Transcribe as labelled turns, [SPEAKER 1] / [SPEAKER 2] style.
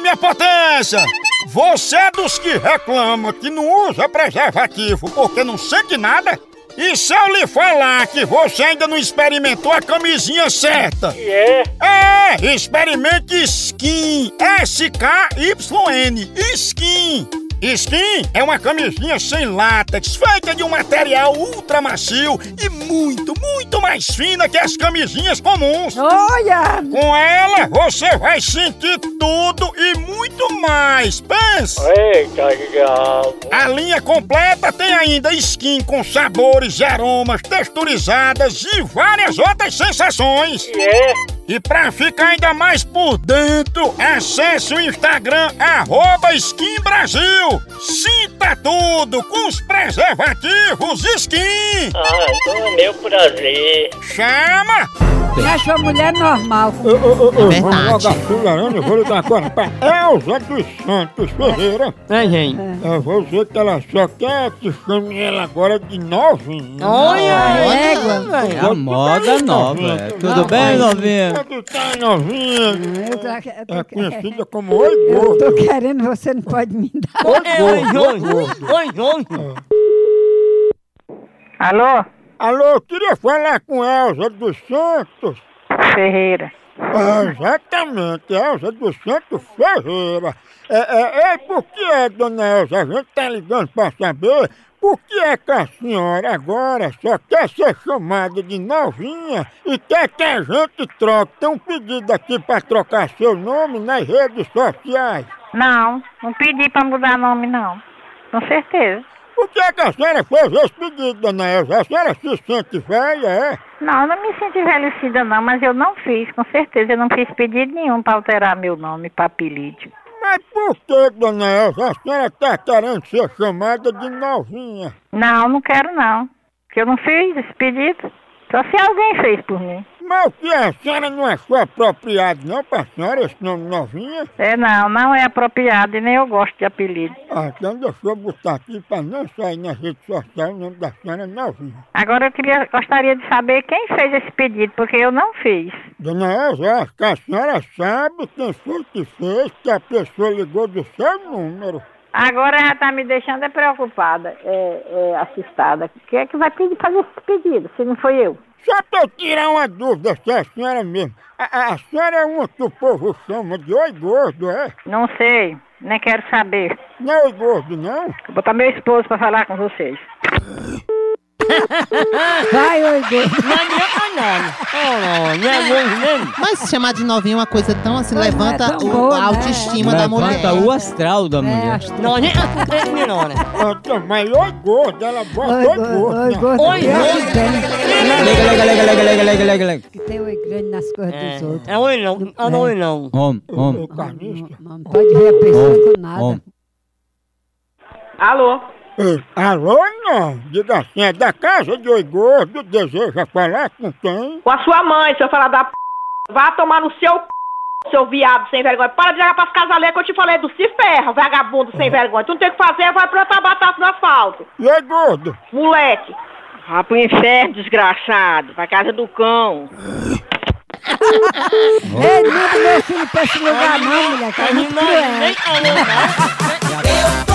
[SPEAKER 1] Minha potência! Você é dos que reclama que não usa preservativo porque não sente nada? E se eu lhe falar que você ainda não experimentou a camisinha certa?
[SPEAKER 2] E é?
[SPEAKER 1] É, experimente Skin. S-K-Y-N. Skin. Skin é uma camisinha sem látex, feita de um material ultra macio e muito, muito mais fina que as camisinhas comuns.
[SPEAKER 3] Olha!
[SPEAKER 1] Com ela, você vai sentir tudo e muito mais. Pensa!
[SPEAKER 2] Eita, diabo!
[SPEAKER 1] A linha completa tem ainda skin com sabores e aromas texturizadas e várias outras sensações.
[SPEAKER 2] E é?
[SPEAKER 1] E pra ficar ainda mais por dentro, acesse o Instagram arroba Skin Brasil. Sinta tudo com os preservativos Skin.
[SPEAKER 2] Ah, então é meu prazer.
[SPEAKER 1] Chama!
[SPEAKER 3] Deixa a mulher normal.
[SPEAKER 1] Ô, ô, ô, ô,
[SPEAKER 4] É
[SPEAKER 1] vamos
[SPEAKER 4] verdade.
[SPEAKER 1] logo a fularana, eu vou lhe dar agora pra Elza dos Santos Ferreira.
[SPEAKER 5] É, gente.
[SPEAKER 1] Eu vou dizer que ela só quer que chame ela agora de novinha.
[SPEAKER 4] É a
[SPEAKER 5] Tá
[SPEAKER 4] moda nova. é. Tudo bem, novinha?
[SPEAKER 1] Quando tá novinha,
[SPEAKER 3] Eu tô, eu
[SPEAKER 5] Ah,
[SPEAKER 3] tô-
[SPEAKER 1] é conhecida como Oi
[SPEAKER 3] eu tô
[SPEAKER 1] Gordo.
[SPEAKER 3] querendo, você não pode me dar.
[SPEAKER 5] Oi, oi, oi, oi, oi.
[SPEAKER 6] Alô?
[SPEAKER 1] Alô, eu queria falar com Elza dos Santos.
[SPEAKER 6] Ferreira.
[SPEAKER 1] É, exatamente, Elza dos Santos Ferreira. É, é, é, por que é, dona Elza? A gente tá ligando pra saber por que é que a senhora agora só quer ser chamada de novinha e quer que a gente troque. Tem um pedido aqui pra trocar seu nome nas redes sociais.
[SPEAKER 6] Não, não pedi pra mudar nome, não. Com certeza.
[SPEAKER 1] Por que é que a senhora fez esse pedido, dona Elza? A senhora se sente velha, é?
[SPEAKER 6] Não, eu não me sinto envelhecida, não, mas eu não fiz, com certeza. Eu não fiz pedido nenhum pra alterar meu nome pra apelido.
[SPEAKER 1] Mas por que, dona Elza, a senhora tá querendo ser chamada de novinha?
[SPEAKER 6] Não, não quero, não. Porque eu não fiz esse pedido. Só se alguém fez por mim.
[SPEAKER 1] Mas o que é? a senhora não achou apropriado não pra senhora esse nome novinha?
[SPEAKER 6] É, não, não é apropriado e nem eu gosto de apelido.
[SPEAKER 1] Ah, então deixa eu botar aqui pra não sair na rede social o nome da senhora novinha.
[SPEAKER 6] Agora eu queria, gostaria de saber quem fez esse pedido, porque eu não fiz.
[SPEAKER 1] Dona Elza, eu acho que a senhora sabe quem foi que fez que a pessoa ligou do seu número.
[SPEAKER 6] Agora já tá me deixando é preocupada, é, é, assustada. Quem é que vai pedir, fazer esse pedido, se não foi eu?
[SPEAKER 1] Só pra eu tirar uma dúvida se é a senhora mesmo. A, a- a senhora é uma que o povo chama de oi gordo, é?
[SPEAKER 6] Não sei, nem quero saber.
[SPEAKER 1] Não é oi gordo, não?
[SPEAKER 6] Vou botar meu esposo pra falar com vocês.
[SPEAKER 3] Vai, oi, Deus.
[SPEAKER 5] Não adianta não. Não é longe mesmo.
[SPEAKER 7] Mas se chamar de novinho é uma coisa tão assim,
[SPEAKER 3] Pois é,
[SPEAKER 7] levanta
[SPEAKER 3] tão
[SPEAKER 7] o-
[SPEAKER 3] boa, né?
[SPEAKER 7] a autoestima da mulher.
[SPEAKER 4] Levanta o astral da
[SPEAKER 3] É,
[SPEAKER 4] mulher.
[SPEAKER 3] acho
[SPEAKER 5] Não, nem a três não, né?
[SPEAKER 1] Então, mas oi gordo, ela bota
[SPEAKER 3] Oi,
[SPEAKER 1] oi
[SPEAKER 3] gordo, oi,
[SPEAKER 1] gordo. né?
[SPEAKER 3] gordo.
[SPEAKER 5] Oi,
[SPEAKER 3] pior que
[SPEAKER 5] gordo.
[SPEAKER 3] tem.
[SPEAKER 4] Lega, lega, lega, lega, lega, lega, lega, lega.
[SPEAKER 3] Que tem oi grande nas coisas dos outros.
[SPEAKER 5] É, é oi não. Ah, não, oi não.
[SPEAKER 4] Homem,
[SPEAKER 1] Ô,
[SPEAKER 4] homem.
[SPEAKER 1] carnista.
[SPEAKER 3] Não, não pode ver a pessoa com
[SPEAKER 4] Homem.
[SPEAKER 3] nada.
[SPEAKER 6] Alô?
[SPEAKER 1] Ei, Alô, não. Diga assim, é da casa de Oi Gordo, deseja falar com quem?
[SPEAKER 8] Com a sua mãe, seu falar da p. Vá tomar no seu p, seu viado sem vergonha. Para de jogar pras casaleiras que eu te falei do se ferra, vagabundo sem vergonha. Tu não tem o que fazer, vai plantar batata no asfalto.
[SPEAKER 1] E Oi Gordo,
[SPEAKER 8] Moleque. Vá pro inferno, desgraçado. Pra casa do cão.
[SPEAKER 3] Ei, não manda meu filho pra esse lugar não, mulher. Que é
[SPEAKER 5] Mas
[SPEAKER 3] muito
[SPEAKER 5] não,
[SPEAKER 3] cruel.
[SPEAKER 5] nem a não.
[SPEAKER 9] Eu tô